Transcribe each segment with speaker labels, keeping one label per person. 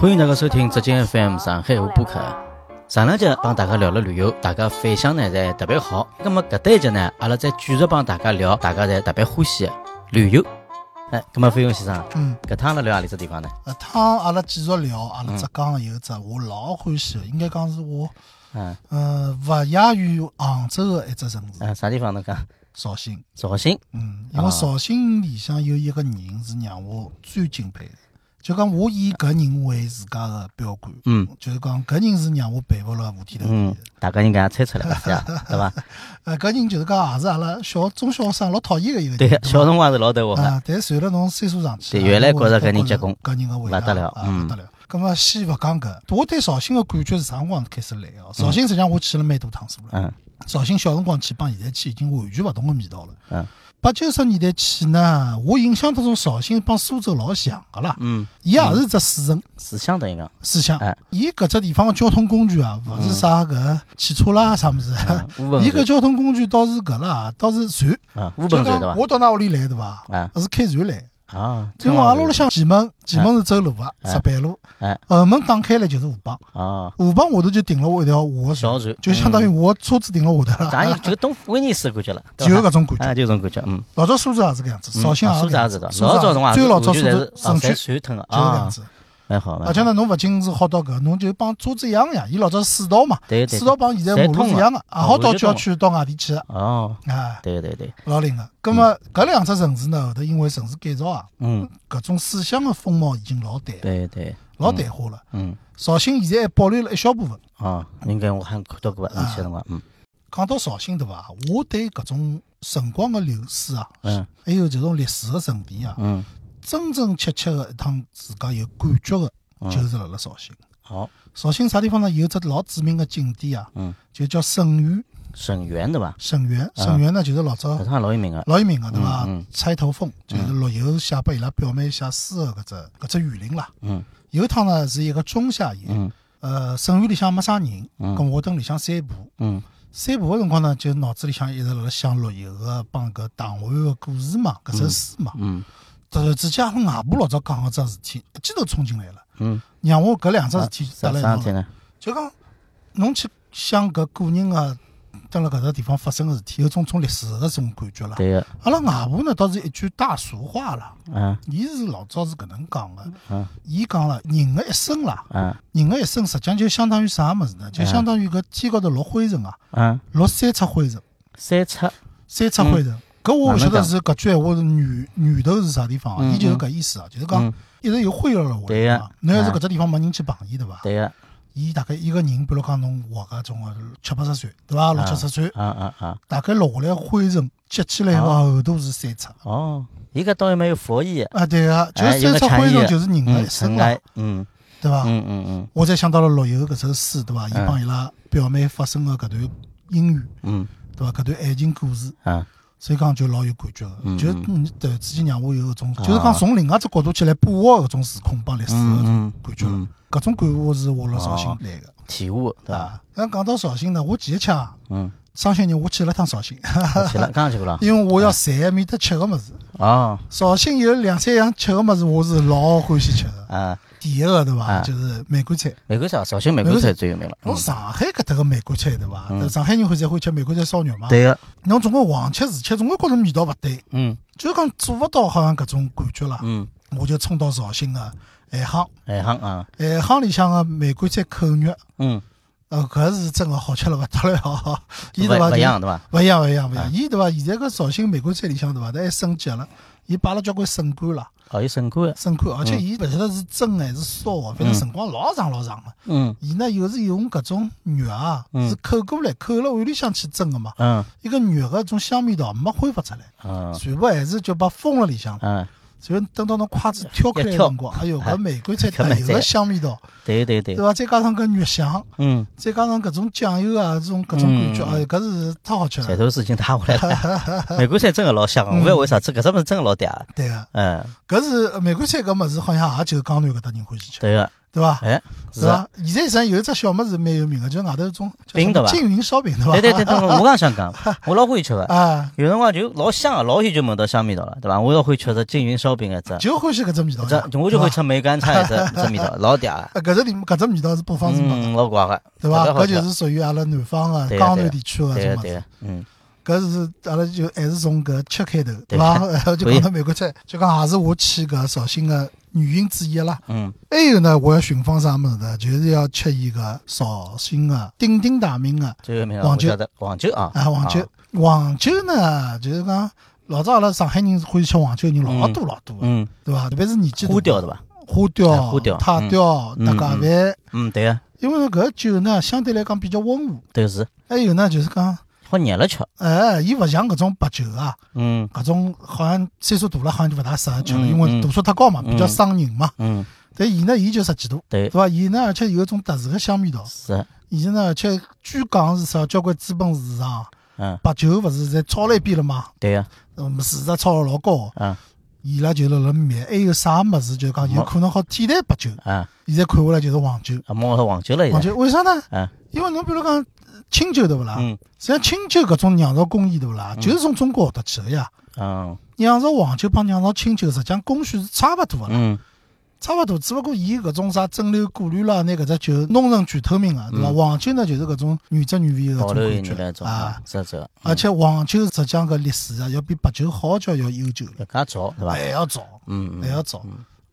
Speaker 1: 欢迎大家收听浙江 FM 上海无播客。上两集帮大家聊了旅游，大家反响呢侪特别好。那么搿一集呢，阿拉再继续帮大家聊大家侪特别欢喜的旅游。哎，那么飞勇先生，
Speaker 2: 嗯，
Speaker 1: 搿趟阿拉聊何里只地方呢？
Speaker 2: 搿趟呃阿拉继续聊，阿拉浙江有一只我老欢喜的，应该讲是我，
Speaker 1: 嗯
Speaker 2: 呃，勿亚于杭州的一只城市
Speaker 1: 嗯，啥地方侬讲？
Speaker 2: 绍兴。
Speaker 1: 绍兴。
Speaker 2: 嗯，因
Speaker 1: 啊
Speaker 2: 为绍兴里向有一个人是让我最敬佩的，就讲我以搿人为自家的标杆，
Speaker 1: 嗯
Speaker 2: 就是讲搿人是让我佩服了五体投地
Speaker 1: 嗯
Speaker 2: 的。，
Speaker 1: 大家应该也猜出来了，是 吧？对吧？
Speaker 2: 呃，搿人就是讲也是阿拉小中小学生老讨厌的一个
Speaker 1: 对
Speaker 2: 人，，
Speaker 1: 小
Speaker 2: 吧
Speaker 1: 辰光是老对我的。
Speaker 2: 啊，但随了侬岁数上去，
Speaker 1: 对原来觉着搿人结
Speaker 2: 结
Speaker 1: 棍
Speaker 2: 搿人个伟
Speaker 1: 勿
Speaker 2: 大
Speaker 1: 得了
Speaker 2: 啊
Speaker 1: 嗯
Speaker 2: 勿得了。葛么先勿讲搿，我对绍兴个感觉是啥辰光开始来个哦？绍兴实际上我去了蛮多趟数了。
Speaker 1: 嗯
Speaker 2: 绍兴小辰光去帮现在去已经完全勿同个味道了。
Speaker 1: 嗯
Speaker 2: 八九十年代去呢，我印象当中绍兴帮苏州老像个啦，
Speaker 1: 嗯，
Speaker 2: 伊也是只市城
Speaker 1: 是相等于讲，
Speaker 2: 市乡
Speaker 1: 哎。
Speaker 2: 伊搿只地方个交通工具啊，勿是啥
Speaker 1: 嗯
Speaker 2: 搿汽车啦啥物事，
Speaker 1: 乌本
Speaker 2: 伊
Speaker 1: 水
Speaker 2: 搿交通工具倒是搿啦，倒是船。
Speaker 1: 啊，乌
Speaker 2: 就
Speaker 1: 本水对
Speaker 2: 讲
Speaker 1: 吧？
Speaker 2: 我到㑚屋里来对伐？
Speaker 1: 啊
Speaker 2: 是开船来。
Speaker 1: 啊，
Speaker 2: 因为阿拉屋里向前门，前门是走路个，
Speaker 1: 哎
Speaker 2: 石板路
Speaker 1: 哎，
Speaker 2: 后门打开来就是河浜，
Speaker 1: 啊，
Speaker 2: 河浜下头就停了我一条我的
Speaker 1: 小
Speaker 2: 船，
Speaker 1: 船
Speaker 2: 就相当于我的车子停 了下头
Speaker 1: 咱有
Speaker 2: 了，
Speaker 1: 就东威尼斯感觉了，对
Speaker 2: 就有
Speaker 1: 吧
Speaker 2: 搿种感觉。
Speaker 1: 啊，就这种感觉，嗯，
Speaker 2: 老早苏州也是搿样子，
Speaker 1: 嗯
Speaker 2: 绍兴
Speaker 1: 啊苏州
Speaker 2: 也
Speaker 1: 也
Speaker 2: 是
Speaker 1: 是
Speaker 2: 搿
Speaker 1: 的
Speaker 2: 样，子，
Speaker 1: 老早辰
Speaker 2: 苏
Speaker 1: 光
Speaker 2: 州最老早
Speaker 1: 是
Speaker 2: 苏州
Speaker 1: 上
Speaker 2: 城
Speaker 1: 山
Speaker 2: 区
Speaker 1: 水屯的
Speaker 2: 就搿
Speaker 1: 啊
Speaker 2: 样，子。啊
Speaker 1: 蛮好蛮
Speaker 2: 而且
Speaker 1: 好，
Speaker 2: 呢，侬勿仅是好到搿，侬就帮车子一样呀。伊老早市道嘛，
Speaker 1: 对对
Speaker 2: 市道帮现在马路是一样个，也
Speaker 1: 啊
Speaker 2: 好到
Speaker 1: 我就懂
Speaker 2: 郊
Speaker 1: 了
Speaker 2: 区到外地去
Speaker 1: 哦，
Speaker 2: 啊，
Speaker 1: 对对对，
Speaker 2: 老灵个。葛么搿两只城市呢，后头因为城市改造啊，
Speaker 1: 嗯，
Speaker 2: 搿种市乡个风貌已经老淡，
Speaker 1: 对对，
Speaker 2: 老淡化了。
Speaker 1: 嗯，
Speaker 2: 绍兴现在还保留了一小部分。
Speaker 1: 哦，应该我还看到过吧，以前辰光，嗯
Speaker 2: 讲到绍兴对伐？我对搿种辰光的流逝啊，
Speaker 1: 嗯
Speaker 2: 还有这种历史的沉淀啊，
Speaker 1: 嗯，
Speaker 2: 真真切切的一趟自家有感觉的，
Speaker 1: 嗯
Speaker 2: 就是辣辣绍兴。
Speaker 1: 好，
Speaker 2: 绍兴啥地方呢？有只老著名的景点啊，
Speaker 1: 嗯
Speaker 2: 就叫沈园。
Speaker 1: 沈园对吧？
Speaker 2: 沈园，沈园呢就是老
Speaker 1: 啊搿
Speaker 2: 早
Speaker 1: 趟老有名啊个，
Speaker 2: 老有名个啊对伐
Speaker 1: 嗯嗯？
Speaker 2: 钗头凤就是陆游写拨伊拉表妹写诗的搿只搿只园林啦。
Speaker 1: 嗯
Speaker 2: 有一趟呢是一个中夏夜，
Speaker 1: 嗯
Speaker 2: 呃，沈园里向没啥人，
Speaker 1: 嗯
Speaker 2: 咁我蹲里向散步。
Speaker 1: 嗯
Speaker 2: 散步个辰光呢，就脑子里向一直辣辣想陆游个帮搿唐婉个故事嘛，搿首诗嘛。
Speaker 1: 嗯
Speaker 2: 突然之间，阿拉外婆老早讲个桩事体，一记头冲进来了，
Speaker 1: 嗯，
Speaker 2: 让我搿两桩事体
Speaker 1: 啥
Speaker 2: 搭辣一
Speaker 1: 啥事
Speaker 2: 道
Speaker 1: 体
Speaker 2: 了。
Speaker 1: 呢？
Speaker 2: 就讲侬去想搿个人个蹲辣搿只地方发生个事体，有种种历史个种感觉啦。
Speaker 1: 对个，
Speaker 2: 阿拉外婆呢，倒是一句大俗话啦，
Speaker 1: 啊
Speaker 2: 伊是老早是搿能讲个
Speaker 1: 嗯，
Speaker 2: 伊讲了人个一生啦，
Speaker 1: 啊
Speaker 2: 人个一生实际上就相当于啥物事
Speaker 1: 嗯
Speaker 2: 呢？就相当于搿天高头落灰尘啊，
Speaker 1: 啊，
Speaker 2: 落三尺灰尘。
Speaker 1: 三尺，
Speaker 2: 三尺灰尘。搿我勿
Speaker 1: 嗯哪
Speaker 2: 晓得
Speaker 1: 能讲
Speaker 2: 是搿句闲话是源源头是啥地方啊？
Speaker 1: 嗯
Speaker 2: 伊就是搿意思啊，就是讲
Speaker 1: 嗯
Speaker 2: 一直有灰了落下
Speaker 1: 对
Speaker 2: 来
Speaker 1: 呀
Speaker 2: 嘛。侬啊要是
Speaker 1: 嗯
Speaker 2: 搿只地方没人去碰伊，对伐？
Speaker 1: 对啊个，
Speaker 2: 伊大概一个人，比如讲侬活个种个七八十岁，对伐？六七十岁，
Speaker 1: 啊啊啊，
Speaker 2: 大概落下来灰尘积起来个厚度是三尺。
Speaker 1: 哦，伊搿倒也没有佛意，
Speaker 2: 啊，对啊，就
Speaker 1: 哎
Speaker 2: 是
Speaker 1: 有
Speaker 2: 三
Speaker 1: 个
Speaker 2: 尺
Speaker 1: 禅
Speaker 2: 灰
Speaker 1: 意
Speaker 2: 尘就是人的
Speaker 1: 嗯，
Speaker 2: 一生
Speaker 1: 尘
Speaker 2: 啊
Speaker 1: 埃，，嗯
Speaker 2: 对伐？
Speaker 1: 嗯嗯嗯
Speaker 2: 我才想到了陆游搿首诗，对伐？伊
Speaker 1: 嗯
Speaker 2: 帮伊拉表妹发生个搿段姻缘，
Speaker 1: 嗯，
Speaker 2: 对伐？搿段爱情故事。
Speaker 1: 啊，
Speaker 2: 所以讲就老有感觉
Speaker 1: 嗯
Speaker 2: 个，就你突然之间让我有搿种，
Speaker 1: 啊
Speaker 2: 就是讲从另外只角度去来把握搿种时空帮历史搿种
Speaker 1: 嗯嗯
Speaker 2: 感觉
Speaker 1: 嗯
Speaker 2: 了，搿种感悟是我辣绍兴来个，
Speaker 1: 体悟对伐？
Speaker 2: 啊。那讲到绍兴呢，我前一吃啊，
Speaker 1: 嗯，
Speaker 2: 伤心人我去了趟绍兴，
Speaker 1: 我去了，刚刚去过了，
Speaker 2: 因为我要馋免得吃个物事。
Speaker 1: 哦，
Speaker 2: 绍兴有两三样吃个物事，我是老欢喜吃个。
Speaker 1: 啊，
Speaker 2: 第一个对伐，
Speaker 1: 啊
Speaker 2: 就是玫瑰菜。
Speaker 1: 玫瑰菜，绍兴玫瑰菜最有名了，嗯
Speaker 2: 侬上海搿搭个玫瑰菜对伐？上海人会侪会吃玫瑰菜烧肉嘛？
Speaker 1: 对个，
Speaker 2: 侬总归黄吃紫吃，总归觉着味道勿对，
Speaker 1: 嗯
Speaker 2: 就是讲做勿到好像搿种感觉啦。
Speaker 1: 嗯，
Speaker 2: 我就冲到绍兴个哎海航，
Speaker 1: 海航啊，
Speaker 2: 海航里向个玫瑰菜口肉，
Speaker 1: 嗯，
Speaker 2: 呃，搿是真个好吃了勿得 了。伊对伐？
Speaker 1: 勿
Speaker 2: 就
Speaker 1: 一样对伐？
Speaker 2: 勿一样，勿一样，勿一
Speaker 1: 啊
Speaker 2: 样。伊对伐？现在搿绍兴玫瑰菜里向对伐？它还升级了，伊摆了交关笋干啦，
Speaker 1: 哦，有笋干的，
Speaker 2: 笋干，而
Speaker 1: 嗯
Speaker 2: 且伊勿晓得是蒸的还是烧的，反正辰光老长老长个。
Speaker 1: 嗯
Speaker 2: 伊呢又是用搿种肉啊，
Speaker 1: 嗯
Speaker 2: 是扣过来，扣了碗里向去蒸个嘛，
Speaker 1: 嗯
Speaker 2: 伊个肉个种香味道没挥发出来，
Speaker 1: 嗯
Speaker 2: 全部还是就把封了里向了。
Speaker 1: 嗯，
Speaker 2: 然后等到侬筷子挑开来
Speaker 1: 一
Speaker 2: 的
Speaker 1: 挑
Speaker 2: 辰光，哎哟，
Speaker 1: 哎
Speaker 2: 搿玫瑰菜
Speaker 1: 搿
Speaker 2: 特
Speaker 1: 玫
Speaker 2: 有
Speaker 1: 瑰
Speaker 2: 个香味道，
Speaker 1: 对对对
Speaker 2: 对，伐？再加上搿肉香，
Speaker 1: 嗯，
Speaker 2: 再加上搿种酱油啊，这种搿种感觉，
Speaker 1: 嗯
Speaker 2: 哎，搿是太好吃
Speaker 1: 前
Speaker 2: 了。
Speaker 1: 头事情塌下来了，玫瑰菜真的老香，勿晓得为啥，这搿只物事真的老嗲，
Speaker 2: 对个，啊
Speaker 1: 嗯，
Speaker 2: 搿是玫瑰菜搿物事，好像也就江南搿搭人欢喜吃。
Speaker 1: 对个，
Speaker 2: 对伐？
Speaker 1: 哎，是
Speaker 2: 是
Speaker 1: 啊，
Speaker 2: 伐？现在实际上有一只小么子蛮有名个，就是外头一种叫什
Speaker 1: 饼对
Speaker 2: 么
Speaker 1: 伐
Speaker 2: 缙云烧饼，对伐？
Speaker 1: 对对对 对，我刚想讲，我老欢喜吃个，
Speaker 2: 啊，
Speaker 1: 有辰光就老香个，老久就闻到香味道了，对伐？我老欢喜吃只缙云烧饼一只，
Speaker 2: 就欢喜搿只味道呀，
Speaker 1: 这我就会
Speaker 2: 对伐。
Speaker 1: 吃梅干菜一只一只味道，老嗲个，
Speaker 2: 呃搿只里搿只味道是北方是没
Speaker 1: 嗯，
Speaker 2: 个，
Speaker 1: 老怪个，
Speaker 2: 对伐？
Speaker 1: 特别好
Speaker 2: 搿
Speaker 1: 吃
Speaker 2: 就是属于阿拉南方啊个
Speaker 1: 对呀
Speaker 2: 江
Speaker 1: 对
Speaker 2: 南
Speaker 1: 呀
Speaker 2: 地区个
Speaker 1: 对
Speaker 2: 种
Speaker 1: 个
Speaker 2: 物
Speaker 1: 对
Speaker 2: 事
Speaker 1: 个。，嗯，
Speaker 2: 搿是阿拉就还是从搿吃开头，
Speaker 1: 对
Speaker 2: 对 伐？就
Speaker 1: 所以
Speaker 2: 讲到美国菜，就讲也是我去搿绍兴个原因之一啦。
Speaker 1: 嗯，
Speaker 2: 还有哎呢，我要寻访啥物事呢？就是要吃伊个绍兴个鼎鼎大名个
Speaker 1: 最后面
Speaker 2: 黄
Speaker 1: 我
Speaker 2: 酒
Speaker 1: 晓得黄酒啊，
Speaker 2: 啊黄酒。黄酒呢，就是讲老早阿拉上海人欢喜吃黄酒的人老多老多，
Speaker 1: 嗯，
Speaker 2: 对伐？特别是年纪大
Speaker 1: 花雕对伐？
Speaker 2: 花
Speaker 1: 哎
Speaker 2: 雕、
Speaker 1: 花雕
Speaker 2: 塔雕、
Speaker 1: 嗯
Speaker 2: 大家饭，
Speaker 1: 嗯，对个，
Speaker 2: 因为搿酒呢相对来讲比较温和，
Speaker 1: 都是
Speaker 2: 还有呢就是讲，
Speaker 1: 好热了吃，
Speaker 2: 哎，伊勿像搿种白酒啊，
Speaker 1: 嗯
Speaker 2: 搿种好像岁数大了，好像就勿大适合吃了，
Speaker 1: 嗯
Speaker 2: 因为度数太高嘛，
Speaker 1: 嗯哎
Speaker 2: 比较伤人嘛。
Speaker 1: 嗯，
Speaker 2: 但伊呢，伊就十几度，
Speaker 1: 对
Speaker 2: 对，伐？伊呢，而且有一种特殊的香味道。
Speaker 1: 是，
Speaker 2: 伊呢，而且据讲是啥，交关资本市场
Speaker 1: 嗯，
Speaker 2: 白酒勿是在炒了一遍了嘛，
Speaker 1: 对个，
Speaker 2: 嗯，市值炒了老高，
Speaker 1: 嗯
Speaker 2: 伊拉就辣辣卖。还有啥物事，就讲有可能好替代白酒。
Speaker 1: 啊，
Speaker 2: 现在看下来就是黄酒，
Speaker 1: 啊，摸到黄酒了，现
Speaker 2: 黄
Speaker 1: 在，
Speaker 2: 酒为啥呢？
Speaker 1: 啊，
Speaker 2: 因为侬比如讲呃清酒对勿啦？
Speaker 1: 嗯
Speaker 2: 实际上清酒搿种酿造工艺对勿啦，就是从中国学得起个呀。
Speaker 1: 嗯
Speaker 2: 酿造黄酒帮酿造清酒，实际上工序是差勿多个啦，
Speaker 1: 嗯，
Speaker 2: 差勿多，只不过伊搿种啥蒸馏、过滤啦，拿搿只酒弄成全透明个，啊对伐？
Speaker 1: 嗯
Speaker 2: 黄酒呢，就是搿种原汁原味
Speaker 1: 保留
Speaker 2: 搿
Speaker 1: 你
Speaker 2: 种
Speaker 1: 那
Speaker 2: 感觉
Speaker 1: 种嗯
Speaker 2: 啊。，
Speaker 1: 是这，
Speaker 2: 而且黄酒实际上搿历史啊，要比白酒好叫要悠久了，
Speaker 1: 要加早对伐
Speaker 2: 还？要早，
Speaker 1: 嗯
Speaker 2: 还
Speaker 1: 嗯，
Speaker 2: 要早。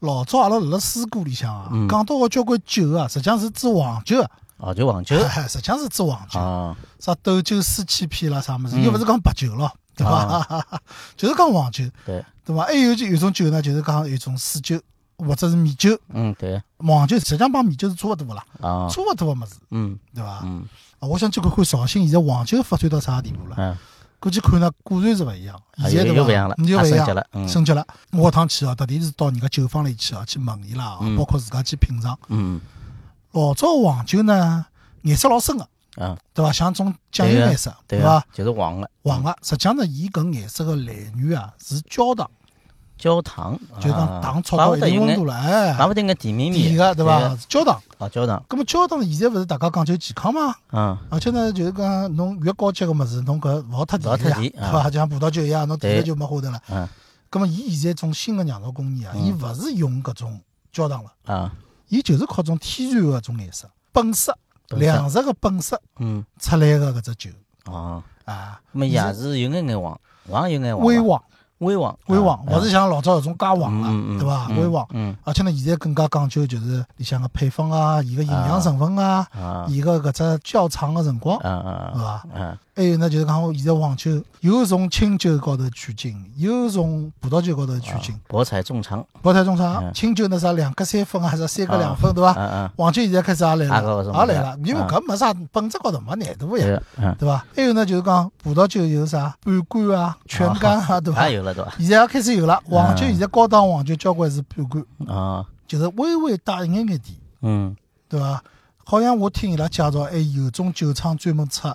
Speaker 2: 老早阿拉辣辣水果里向啊
Speaker 1: 嗯，
Speaker 2: 讲到个交关酒啊，实际上是指黄酒啊，
Speaker 1: 哦，就黄酒，
Speaker 2: 实际上是指黄酒，
Speaker 1: 啊，
Speaker 2: 啥斗酒、四七篇啦，啥物事，
Speaker 1: 嗯啊
Speaker 2: 又勿是讲白酒咯，对伐？ 就是讲黄酒。
Speaker 1: 对，
Speaker 2: 对伐？还有就有种酒呢，就是讲有种水酒或者是米酒、
Speaker 1: 嗯对，
Speaker 2: 黄酒，实际上帮米酒是差勿多个啦，
Speaker 1: 啊，
Speaker 2: 差勿多个物事，
Speaker 1: 嗯
Speaker 2: 对伐？
Speaker 1: 嗯
Speaker 2: 啊，我想去看看绍兴现在黄酒发展到啥地步了。
Speaker 1: 嗯，
Speaker 2: 估计看呢，果然是勿一样。
Speaker 1: 啊
Speaker 2: 现在
Speaker 1: 又
Speaker 2: 对
Speaker 1: 又
Speaker 2: 伐？
Speaker 1: 不一样了
Speaker 2: 又
Speaker 1: 啊
Speaker 2: 勿一
Speaker 1: 升
Speaker 2: 样
Speaker 1: 级了嗯
Speaker 2: 升级了。我下趟去哦，特地是到人家酒坊里去哦，去问伊拉哦
Speaker 1: 嗯，
Speaker 2: 包括自家去品尝。
Speaker 1: 嗯
Speaker 2: 老早黄酒呢，颜色老深个，
Speaker 1: 啊，
Speaker 2: 对伐？像种酱油
Speaker 1: 对啊
Speaker 2: 颜色，
Speaker 1: 对
Speaker 2: 对伐
Speaker 1: 啊？，就是黄的，
Speaker 2: 黄个，实际上呢，伊搿颜色个来源啊，是焦糖，
Speaker 1: 焦糖，
Speaker 2: 就
Speaker 1: 啊
Speaker 2: 讲糖炒到一定温度，了，
Speaker 1: 怪
Speaker 2: 哎，
Speaker 1: 不得应该甜绵
Speaker 2: 甜
Speaker 1: 绵
Speaker 2: 个对伐？？是焦糖。
Speaker 1: 啊，焦糖，
Speaker 2: 咁么焦糖现在勿是大家讲究健康嘛？
Speaker 1: 嗯，
Speaker 2: 而且呢，就是讲侬越高级个物事，侬搿勿好太甜
Speaker 1: 勿好
Speaker 2: 个
Speaker 1: 太
Speaker 2: 呀，
Speaker 1: 甜
Speaker 2: 对
Speaker 1: 啊
Speaker 2: 伐？就像葡萄酒一样，侬甜了
Speaker 1: 对
Speaker 2: 就没花头了。
Speaker 1: 嗯
Speaker 2: 咁么伊现在种新个酿造工艺啊，
Speaker 1: 嗯
Speaker 2: 伊勿是用搿种焦糖了，
Speaker 1: 啊，
Speaker 2: 伊就是靠种天然个种颜色、本色、
Speaker 1: 本色
Speaker 2: 粮食个本色
Speaker 1: 嗯
Speaker 2: 出来个搿只酒
Speaker 1: 哦，
Speaker 2: 啊，
Speaker 1: 那么也是有眼眼黄，黄有眼黄，
Speaker 2: 微黄、
Speaker 1: 微黄，
Speaker 2: 微黄，勿是像老早搿种加黄
Speaker 1: 啊嗯
Speaker 2: 了，对伐？微黄。
Speaker 1: 嗯
Speaker 2: 而且呢，现在更加讲究就是里向个配方啊，伊个营养成分啊，
Speaker 1: 啊
Speaker 2: 伊个搿只较长个辰光，
Speaker 1: 啊
Speaker 2: 对
Speaker 1: 啊
Speaker 2: 伐？
Speaker 1: 啊，
Speaker 2: 还有呢，哎就是讲现在黄酒有从清酒高头取经，有从葡萄酒高头取经。
Speaker 1: 啊博采众长，
Speaker 2: 葡萄种啥？
Speaker 1: 嗯
Speaker 2: 清酒呢啥两格三分啊，啥三格
Speaker 1: 啊
Speaker 2: 两分对
Speaker 1: 啊
Speaker 2: 伐？
Speaker 1: 啊，
Speaker 2: 黄酒现在开始也来
Speaker 1: 也搞搿
Speaker 2: 了，
Speaker 1: 种
Speaker 2: 也来
Speaker 1: 物事啊
Speaker 2: 了，因为搿没啥本质高头没难度哎呀，
Speaker 1: 对，嗯，
Speaker 2: 对伐？还有呢，就是讲葡萄酒有啥半罐啊、全干啊，对伐
Speaker 1: 也？有了对伐？
Speaker 2: 现在也开始有了，黄酒
Speaker 1: 嗯
Speaker 2: 现在高档黄酒交关是半罐，
Speaker 1: 啊，
Speaker 2: 就是微微带一眼眼甜，
Speaker 1: 嗯，
Speaker 2: 对伐？好像我听伊拉介绍，还有种酒厂专门出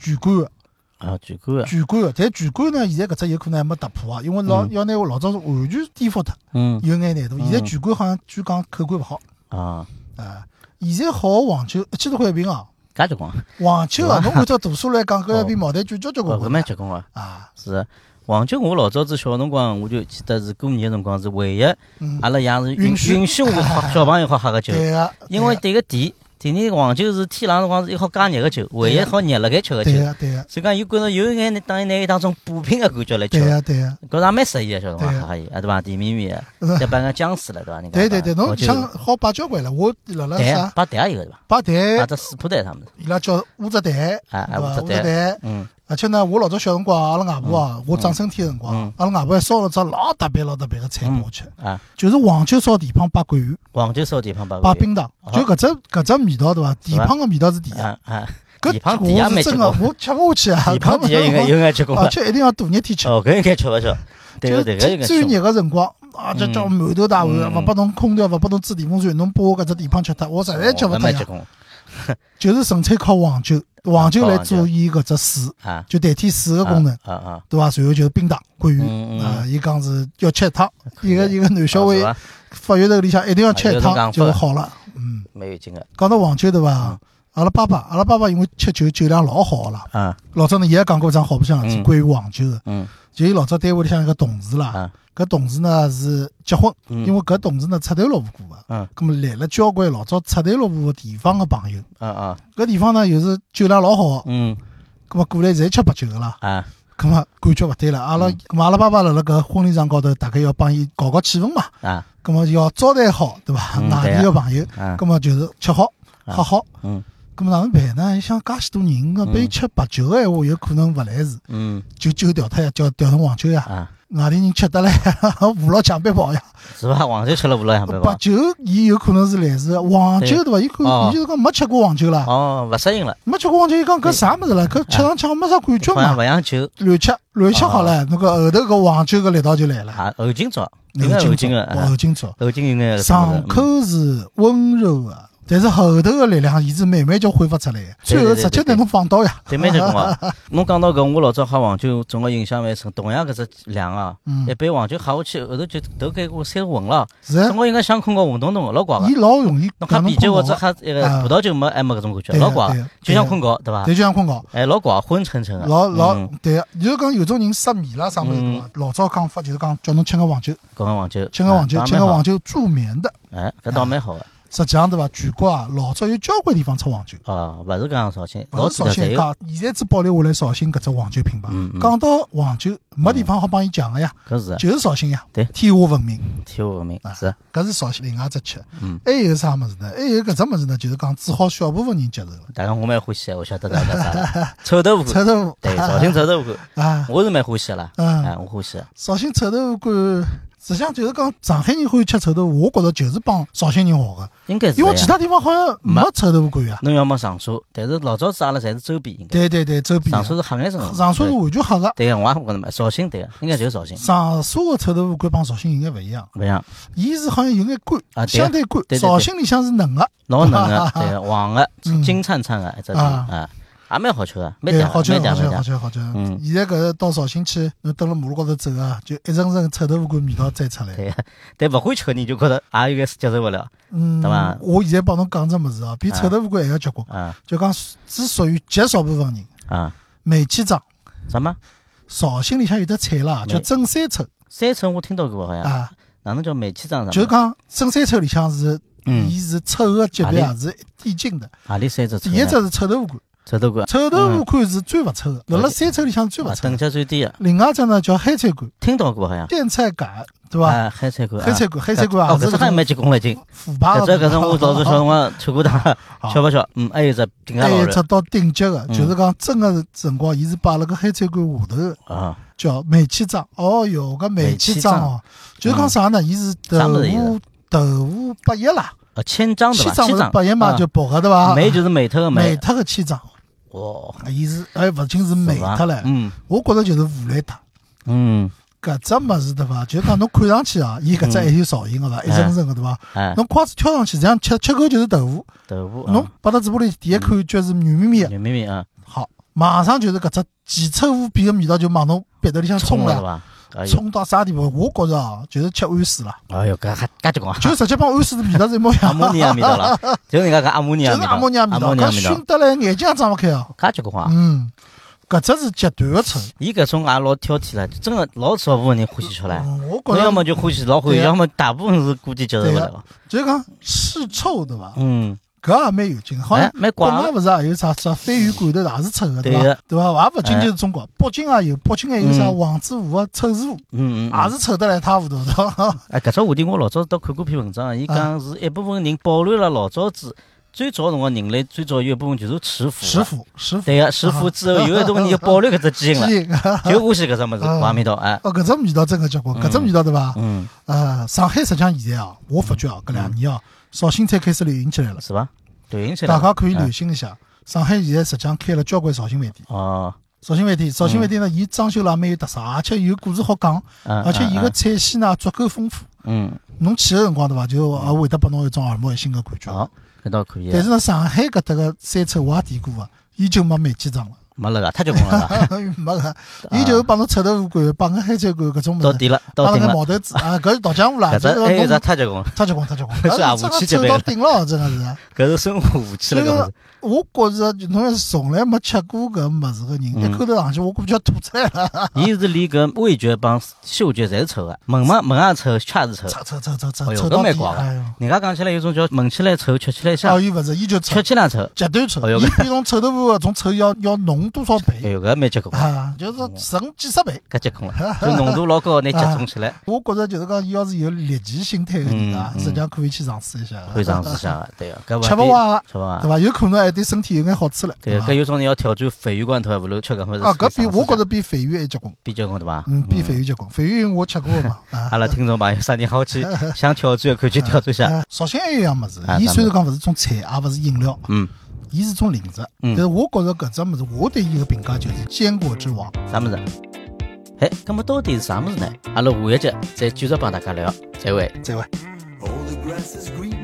Speaker 2: 全罐的。
Speaker 1: 啊，巨贵啊，
Speaker 2: 全罐个，但全罐呢，现在搿只有可能还没突破啊，因为老
Speaker 1: 嗯
Speaker 2: 要拿我老早是完全颠覆脱，
Speaker 1: 嗯
Speaker 2: 有眼难度。现在
Speaker 1: 嗯
Speaker 2: 全罐好像据讲口感勿好
Speaker 1: 啊，
Speaker 2: 啊。现在好个黄酒一千多块一瓶啊，
Speaker 1: 介结棍，
Speaker 2: 黄酒啊，侬按照度数来讲，搿
Speaker 1: 哦
Speaker 2: 要比茅台酒交交关
Speaker 1: 搿
Speaker 2: 关
Speaker 1: 蛮结棍啊。
Speaker 2: 啊。
Speaker 1: 是黄酒，我老早子小辰光，我就记得是过年的辰光是唯一，
Speaker 2: 嗯，
Speaker 1: 阿拉爷是允
Speaker 2: 允许哎
Speaker 1: 允许我喝小朋友好喝个酒，
Speaker 2: 对啊个，
Speaker 1: 因为第一个甜，第二个黄酒是天冷辰光是一好加热个酒，唯一好热辣盖吃个酒
Speaker 2: 对，个，对啊个，
Speaker 1: 所以讲有觉着有一眼拿当拿伊当种补品个感觉来吃
Speaker 2: 对，个，对啊个，
Speaker 1: 搿也蛮适宜个小辰光
Speaker 2: 对
Speaker 1: 喝喝伊，啊对伐？甜绵 绵
Speaker 2: 是
Speaker 1: 的，再摆眼姜丝了对伐？你讲
Speaker 2: 对对对，侬
Speaker 1: 像
Speaker 2: 像好摆交关了，我辣辣
Speaker 1: 蛋
Speaker 2: 啥
Speaker 1: 摆蛋也有个对啊伐？
Speaker 2: 摆
Speaker 1: 摆
Speaker 2: 蛋，
Speaker 1: 只水泡蛋啥物事，
Speaker 2: 伊拉叫乌贼蛋，对
Speaker 1: 啊啊
Speaker 2: 伐？
Speaker 1: 乌
Speaker 2: 乌
Speaker 1: 贼
Speaker 2: 贼蛋。
Speaker 1: 嗯
Speaker 2: 而且呢，啊我老早小辰光，阿拉外婆啊，我长身体个辰光
Speaker 1: 嗯，
Speaker 2: 阿拉外婆还烧了只老特别老特别个菜拨我吃，
Speaker 1: 啊，
Speaker 2: 就是黄酒烧蹄膀摆桂圆，
Speaker 1: 黄酒烧地方摆
Speaker 2: 摆
Speaker 1: 冰
Speaker 2: 冰糖
Speaker 1: 啊，
Speaker 2: 就搿只搿只味道对伐？蹄膀个味道是第一，
Speaker 1: 啊啊，蹄膀
Speaker 2: 搿
Speaker 1: 底下
Speaker 2: 我
Speaker 1: 没
Speaker 2: 是
Speaker 1: 吃
Speaker 2: 真
Speaker 1: 过
Speaker 2: 个，我吃勿下去啊。
Speaker 1: 地方底下有眼有眼结棍
Speaker 2: 而
Speaker 1: 个。
Speaker 2: 啊且一定要大热天吃，
Speaker 1: 哦，搿应该吃勿消，对
Speaker 2: 就
Speaker 1: 个对个应
Speaker 2: 是
Speaker 1: 该
Speaker 2: 最
Speaker 1: 吃。
Speaker 2: 热个辰光，啊，这叫满头大
Speaker 1: 嗯
Speaker 2: 汗，勿拨侬空调，勿拨侬吹电风扇，侬把我搿只蹄膀吃脱，我实在吃勿脱
Speaker 1: 蛮结
Speaker 2: 呀。
Speaker 1: 棍
Speaker 2: 就是纯粹靠黄酒，黄酒来
Speaker 1: 啊靠黄酒
Speaker 2: 做伊搿只水，
Speaker 1: 啊，
Speaker 2: 就代替水个功能。
Speaker 1: 啊啊，
Speaker 2: 对伐？随后就是冰糖、桂
Speaker 1: 嗯嗯啊
Speaker 2: 圆啊，伊讲是要吃一趟，一个一个男小
Speaker 1: 位
Speaker 2: 孩发育头里向一定要吃一
Speaker 1: 啊有种讲法
Speaker 2: 趟就好了。嗯，
Speaker 1: 蛮有劲个
Speaker 2: 讲到黄酒对伐？
Speaker 1: 嗯
Speaker 2: 阿拉爸爸，阿拉爸爸因为吃酒酒量老好个啦，
Speaker 1: 啊，
Speaker 2: 老早呢，伊也讲过一桩好白相事体，
Speaker 1: 嗯
Speaker 2: 关于黄酒个。
Speaker 1: 嗯
Speaker 2: 就伊老早单位里向一个同事啦
Speaker 1: 啊，
Speaker 2: 搿同事呢是结婚，
Speaker 1: 嗯
Speaker 2: 因为搿同事呢出头落户过个，
Speaker 1: 嗯
Speaker 2: 咁么来了交关老早出头落户个地方个朋友，
Speaker 1: 啊啊，
Speaker 2: 搿地方呢又是酒量老好，
Speaker 1: 嗯
Speaker 2: 咁么过来侪吃白酒个啦，
Speaker 1: 啊
Speaker 2: 咁么感觉勿对了，阿拉
Speaker 1: 嗯
Speaker 2: 咁阿拉爸爸辣辣搿婚礼上高头，大概要帮伊搞搞气氛嘛，
Speaker 1: 啊
Speaker 2: 咁么要招待好，对伐？
Speaker 1: 嗯
Speaker 2: 外
Speaker 1: 对啊
Speaker 2: 地个朋友，
Speaker 1: 啊，
Speaker 2: 咁么就是吃好
Speaker 1: 啊
Speaker 2: 喝好，
Speaker 1: 嗯
Speaker 2: 咁么哪能办呢？想介许多人，搿拨伊吃白酒个闲话，有可能勿来事，
Speaker 1: 嗯
Speaker 2: 就酒调脱呀，叫调成黄酒呀。
Speaker 1: 啊，
Speaker 2: 外地人吃得来， 扶老墙壁跑呀。
Speaker 1: 是伐？黄酒吃了无了，还没
Speaker 2: 白
Speaker 1: 讲，
Speaker 2: 酒伊有可能是来自黄酒对伐？伊可
Speaker 1: 哦
Speaker 2: 伊就是讲没吃过黄酒啦，
Speaker 1: 哦，勿适应了，
Speaker 2: 没吃过黄酒，伊讲搿啥物事啦？搿吃上去没啥感觉
Speaker 1: 好像
Speaker 2: 嘛
Speaker 1: 勿。像酒，
Speaker 2: 乱吃乱吃好
Speaker 1: 哦
Speaker 2: 了，那个后头搿黄酒搿力道就来了。
Speaker 1: 啊，后劲早，应该
Speaker 2: 后
Speaker 1: 后
Speaker 2: 劲
Speaker 1: 劲个，
Speaker 2: 糟，后劲糟。
Speaker 1: 后劲应该
Speaker 2: 上口是温柔个，但是后头个力量伊是慢慢就挥发出来的，
Speaker 1: 对对
Speaker 2: 最后
Speaker 1: 对
Speaker 2: 直接
Speaker 1: 对对
Speaker 2: 拿侬放倒呀。
Speaker 1: 对面就讲啊，侬讲到搿，我老早喝黄酒，总个印象蛮深。同样搿只量啊，
Speaker 2: 嗯
Speaker 1: 一，杯黄酒喝下去，后头就头给我三昏了，
Speaker 2: 是啊
Speaker 1: 总，归应该想困觉混沌沌个，老怪个
Speaker 2: 伊。老容易
Speaker 1: 侬喝
Speaker 2: 让侬
Speaker 1: 啤酒或
Speaker 2: 困
Speaker 1: 者
Speaker 2: 觉，
Speaker 1: 喝一个
Speaker 2: 啊
Speaker 1: 葡萄酒没还没搿种感觉，
Speaker 2: 对
Speaker 1: 老
Speaker 2: 呀
Speaker 1: 怪
Speaker 2: 对
Speaker 1: 个，
Speaker 2: 呀
Speaker 1: 就像困觉对伐
Speaker 2: 对？就像困觉。
Speaker 1: 哎，老怪个，昏沉沉个。
Speaker 2: 老老
Speaker 1: 嗯
Speaker 2: 对个，就是讲有种人失眠啦，啥物事对伐？老早讲法就是讲叫侬吃眼黄酒，
Speaker 1: 讲个黄酒，
Speaker 2: 吃眼黄酒，
Speaker 1: 啊
Speaker 2: 吃眼黄，酒助眠的。
Speaker 1: 倒蛮好哎，搿倒蛮好个
Speaker 2: 实际上对伐？全国啊，老早有交关地方出黄酒，
Speaker 1: 哦，勿是讲绍兴，老
Speaker 2: 勿是
Speaker 1: 早
Speaker 2: 绍
Speaker 1: 侪
Speaker 2: 兴
Speaker 1: 有，
Speaker 2: 讲，现在只保留下来绍兴搿只黄酒品牌
Speaker 1: 嗯。嗯嗯
Speaker 2: 讲到黄酒，没地方好帮伊讲个呀，
Speaker 1: 搿是
Speaker 2: 就是绍兴呀，
Speaker 1: 对
Speaker 2: 天下闻名，
Speaker 1: 天下闻名
Speaker 2: 啊
Speaker 1: 是
Speaker 2: 搿是绍兴另外一只吃
Speaker 1: 嗯。
Speaker 2: 还有啥物事呢？还有搿只物事呢，就是讲只好小部分人接受了。
Speaker 1: 大家我蛮欢喜的，我晓得大家啥， 臭豆腐
Speaker 2: 臭
Speaker 1: 干，
Speaker 2: 豆腐
Speaker 1: 对，绍兴臭豆腐干，
Speaker 2: 啊，
Speaker 1: 我是蛮欢喜的啦，
Speaker 2: 嗯
Speaker 1: 哎，我欢喜的，
Speaker 2: 绍兴臭豆腐干，实际上就是讲上海人欢喜吃臭豆腐，我觉着就是帮绍兴人学个。
Speaker 1: 应该是
Speaker 2: 因为
Speaker 1: 这
Speaker 2: 其
Speaker 1: 样
Speaker 2: 他地方好像没臭豆腐干啊。
Speaker 1: 侬要么长沙，但是老早子阿拉侪是周边，应该
Speaker 2: 对对对，周边啊
Speaker 1: 长沙嗯是黑眼症的，
Speaker 2: 长沙是
Speaker 1: 对
Speaker 2: 完全黑个。
Speaker 1: 对个，我也觉着嘛，绍兴对个，应该就是绍兴，
Speaker 2: 长沙个臭豆腐干帮绍兴应该勿一样，
Speaker 1: 勿像
Speaker 2: 伊是好像有眼
Speaker 1: 啊对
Speaker 2: 干，相对干。
Speaker 1: 对对对
Speaker 2: 绍兴里向是啊嫩个，
Speaker 1: 老嫩 个，对个，黄个
Speaker 2: 嗯，
Speaker 1: 金灿灿个一只头
Speaker 2: 啊
Speaker 1: 啊，也蛮好吃个，蛮
Speaker 2: 对，
Speaker 1: 嗲
Speaker 2: 好吃
Speaker 1: 的，
Speaker 2: 好
Speaker 1: 蛮嗲
Speaker 2: 吃
Speaker 1: 蛮
Speaker 2: 好
Speaker 1: 嗲，
Speaker 2: 吃好吃。
Speaker 1: 嗯
Speaker 2: 现在搿个到绍兴去，侬蹲辣马路高头走啊，就一层层臭豆腐干味道再出来。
Speaker 1: 对个，但勿欢喜吃的人就觉着也有眼接受勿了，
Speaker 2: 嗯
Speaker 1: 对伐，
Speaker 2: 我现在帮侬讲只物事啊，比
Speaker 1: 啊
Speaker 2: 臭豆腐干还要结棍，
Speaker 1: 啊
Speaker 2: 就讲只属于极少部分人。
Speaker 1: 啊，
Speaker 2: 煤气长，
Speaker 1: 什么？
Speaker 2: 绍兴里向有只菜啦，
Speaker 1: 煤
Speaker 2: 叫蒸三臭
Speaker 1: 三层我听到过好像，
Speaker 2: 啊，
Speaker 1: 哪能叫煤气厂？
Speaker 2: 就是讲蒸三臭里向是
Speaker 1: 嗯
Speaker 2: 伊是臭个级别
Speaker 1: 啊嗯
Speaker 2: 啊是递进的。
Speaker 1: 阿里三只
Speaker 2: 第
Speaker 1: 臭
Speaker 2: 一
Speaker 1: 呢
Speaker 2: 只是臭豆腐
Speaker 1: 臭豆干
Speaker 2: 干，，臭豆腐干是最勿臭的，辣辣三臭里向最勿
Speaker 1: 啊
Speaker 2: 臭
Speaker 1: 等
Speaker 2: 的。
Speaker 1: 级最低个，
Speaker 2: 另外一只呢叫黑菜干、
Speaker 1: 听到过好像，
Speaker 2: 苋菜杆，对伐？
Speaker 1: 啊，海菜干，
Speaker 2: 黑菜
Speaker 1: 啊
Speaker 2: 干、黑菜干
Speaker 1: 哦，
Speaker 2: 也
Speaker 1: 搿
Speaker 2: 是啊
Speaker 1: 只还蛮结棍了已经。
Speaker 2: 腐败
Speaker 1: 搿
Speaker 2: 的。
Speaker 1: 只搿只我老早小 辰
Speaker 2: 啊
Speaker 1: 光吃过堂，吃
Speaker 2: 好
Speaker 1: 勿消。嗯，还有一只金
Speaker 2: 还
Speaker 1: 刚老
Speaker 2: 哎有一
Speaker 1: 人
Speaker 2: 只到顶级的，
Speaker 1: 嗯
Speaker 2: 就是讲蒸个辰光，伊是摆辣个黑菜干下头的，
Speaker 1: 啊，
Speaker 2: 叫煤气章。哦哟，搿煤气章哦，就是讲啥呢？伊是豆
Speaker 1: 啥物事伊啊
Speaker 2: 腐
Speaker 1: 是
Speaker 2: 豆腐百叶啦，
Speaker 1: 呃，千张对
Speaker 2: 气
Speaker 1: 伐？
Speaker 2: 章
Speaker 1: 千
Speaker 2: 勿是
Speaker 1: 张，
Speaker 2: 百叶嘛，
Speaker 1: 啊
Speaker 2: 就薄个对伐？
Speaker 1: 美就是美特个
Speaker 2: 美
Speaker 1: 美，
Speaker 2: 特个气章，
Speaker 1: 哇，
Speaker 2: 伊是哎勿仅是美
Speaker 1: 是伐
Speaker 2: 特唻，
Speaker 1: 嗯
Speaker 2: 我觉着就是腐烂它。
Speaker 1: 嗯，
Speaker 2: 搿只物事对伐？就是讲侬看上 去啊，伊搿只还有造型个伐？一层层个对伐？
Speaker 1: 嗯哎，啊
Speaker 2: 侬筷子挑上去，这样吃吃口就是豆腐。
Speaker 1: 豆腐，
Speaker 2: 侬摆到嘴巴里，第一口就是软绵绵
Speaker 1: 软
Speaker 2: 的，
Speaker 1: 绵绵啊，
Speaker 2: 好，马上就是搿只奇臭无比个味道就往侬鼻头里向冲
Speaker 1: 冲了是
Speaker 2: 了，
Speaker 1: 伐？哎呦，
Speaker 2: 冲到啥地步？我觉着啊，就是吃安 水了，
Speaker 1: 哎呦，搿还搿结棍啊！
Speaker 2: 就直接帮安水的味道是一模一
Speaker 1: 阿
Speaker 2: 样，
Speaker 1: 摩尼亚味道 了，就是人家讲阿摩尼
Speaker 2: 就
Speaker 1: 亚
Speaker 2: 是
Speaker 1: 味道，
Speaker 2: 阿莫尼亚味
Speaker 1: 阿摩
Speaker 2: 道，
Speaker 1: 尼亚
Speaker 2: 搿
Speaker 1: 味道
Speaker 2: 熏，得来眼睛也张勿开啊。
Speaker 1: 搿结棍啊！
Speaker 2: 嗯，搿只是极端个臭，
Speaker 1: 伊搿种也老挑剔了，真个老少部分人欢喜吃唻。
Speaker 2: 嗯我觉
Speaker 1: 侬要
Speaker 2: 着
Speaker 1: 么就欢喜老欢喜，
Speaker 2: 对啊
Speaker 1: 要么大部分是估计接受勿
Speaker 2: 对啊
Speaker 1: 了。
Speaker 2: 就是讲是臭对伐？
Speaker 1: 嗯，
Speaker 2: 搿也蛮有劲，好像
Speaker 1: 哎，蛮
Speaker 2: 国
Speaker 1: 怪
Speaker 2: 外
Speaker 1: 的。
Speaker 2: 勿是也有啥啥鲱鱼罐头也是臭个对
Speaker 1: 对
Speaker 2: 伐
Speaker 1: 的？哎
Speaker 2: 对伐？也勿仅仅是中国，北京啊也有，北京还有啥
Speaker 1: 嗯
Speaker 2: 王子湖啊、臭师傅，
Speaker 1: 嗯嗯，嗯
Speaker 2: 也啊是臭得来一塌 糊涂的。
Speaker 1: 哎，搿只话题我老早倒看过篇文章，啊伊
Speaker 2: 啊
Speaker 1: 讲是一部分人保留了老早子最早辰光人类最早有一部分就是吃腐啊。
Speaker 2: 食府食府
Speaker 1: 对个，食
Speaker 2: 啊
Speaker 1: 腐之后有一部分人就保留搿只基因 了，
Speaker 2: 鸡翼，哦，
Speaker 1: 就欢喜搿只物事
Speaker 2: 嗯
Speaker 1: 黄味道哎。
Speaker 2: 搿只味道真个结棍，搿只味道对伐？
Speaker 1: 嗯，
Speaker 2: 呃，上海实际上现在啊，我发觉啊，搿两年啊，绍兴菜开始流行起来了，
Speaker 1: 是伐？流行起来
Speaker 2: 大
Speaker 1: 了。
Speaker 2: 家可以
Speaker 1: 哎
Speaker 2: 留心一下。上海现在实际上开了交关绍兴饭店，
Speaker 1: 哦，
Speaker 2: 绍兴饭店，绍兴饭店呢，伊装修了也蛮有特色，而且有故事好讲，
Speaker 1: 嗯
Speaker 2: 而且伊个
Speaker 1: 嗯
Speaker 2: 菜系呢足够丰富。
Speaker 1: 嗯，
Speaker 2: 侬去个辰光对伐，就也会得拨侬一种耳目一新
Speaker 1: 哦
Speaker 2: 个感觉。
Speaker 1: 好，搿倒可以啊。
Speaker 2: 啊 但是呢，上海搿搭个山车我也点过个，伊就没煤气厂了，
Speaker 1: 没了个，太结棍了 个，
Speaker 2: 没个，伊就是帮侬赤豆腐干，帮个黑椒干搿种
Speaker 1: 到
Speaker 2: 物事，
Speaker 1: 底了，到
Speaker 2: 帮
Speaker 1: 顶
Speaker 2: 个
Speaker 1: 了，
Speaker 2: 毛豆 子啊，搿是道江湖啦，
Speaker 1: 搿只还有一
Speaker 2: 这
Speaker 1: 只
Speaker 2: 个
Speaker 1: 太结棍，
Speaker 2: 太结棍太结棍，
Speaker 1: 搿是啊
Speaker 2: 这
Speaker 1: 武器
Speaker 2: 个
Speaker 1: 级
Speaker 2: 臭
Speaker 1: 别
Speaker 2: 到顶了，真 个是。
Speaker 1: 搿是生活武器了，
Speaker 2: 所以
Speaker 1: 搿
Speaker 2: 讲
Speaker 1: 是。
Speaker 2: 我觉着就侬要是从来没吃过搿物事个人，
Speaker 1: 嗯哎
Speaker 2: 一口头上去，我估计要吐出来 了。
Speaker 1: 伊是连搿味觉帮嗅觉侪是臭个，闻嘛闻也臭，吃也是臭。
Speaker 2: 臭臭臭臭
Speaker 1: 哎
Speaker 2: 臭
Speaker 1: 呦
Speaker 2: 臭
Speaker 1: 搿
Speaker 2: 到
Speaker 1: 蛮
Speaker 2: 底！
Speaker 1: 怪的
Speaker 2: 哎呦，
Speaker 1: 人家讲起来有种叫闻起来臭，吃起来
Speaker 2: 哦，
Speaker 1: 香，
Speaker 2: 伊勿是，伊就臭
Speaker 1: 吃，起来臭。
Speaker 2: 绝对
Speaker 1: 哎
Speaker 2: 臭，
Speaker 1: 呦
Speaker 2: 伊比侬臭豆腐搿种臭要要浓多少
Speaker 1: 哎
Speaker 2: 倍
Speaker 1: 呦，搿蛮 结棍的，
Speaker 2: 啊？就是成几十倍。
Speaker 1: 搿结棍了，就浓度老高，拿集中起来，
Speaker 2: 我觉着就是讲，伊要是有猎奇心态个人啊，
Speaker 1: 嗯嗯
Speaker 2: 实际上可以去尝试一下的，
Speaker 1: 会尝试下的，对啊个。搿
Speaker 2: 吃勿
Speaker 1: 完，
Speaker 2: 坏，
Speaker 1: 吃勿完
Speaker 2: 对。伐？有可能还对身体有眼好处唻，
Speaker 1: 对，
Speaker 2: 伐
Speaker 1: 搿有种人要挑战鲱鱼罐头，还不如吃搿么子。
Speaker 2: 啊，搿比我觉着比鲱鱼还结棍，
Speaker 1: 比较高对伐？
Speaker 2: 嗯，比鲱鱼结棍。鲱鱼我吃过 的嘛，啊
Speaker 1: 阿拉听众朋友，啥人好 奇想挑战，可以去挑战一下。
Speaker 2: 啊，绍兴还有一样物事
Speaker 1: 啊，
Speaker 2: 伊
Speaker 1: 啥
Speaker 2: 虽然讲勿是种菜，也勿是饮料，
Speaker 1: 嗯，
Speaker 2: 伊是种零食。
Speaker 1: 嗯
Speaker 2: 但是我觉着搿只物事，我对伊个评价就是坚果之王。
Speaker 1: 啥物事？哎，搿么到底是啥物事呢？阿拉下一节再继续帮大家聊，再会。
Speaker 2: 再会。
Speaker 3: All the grass is green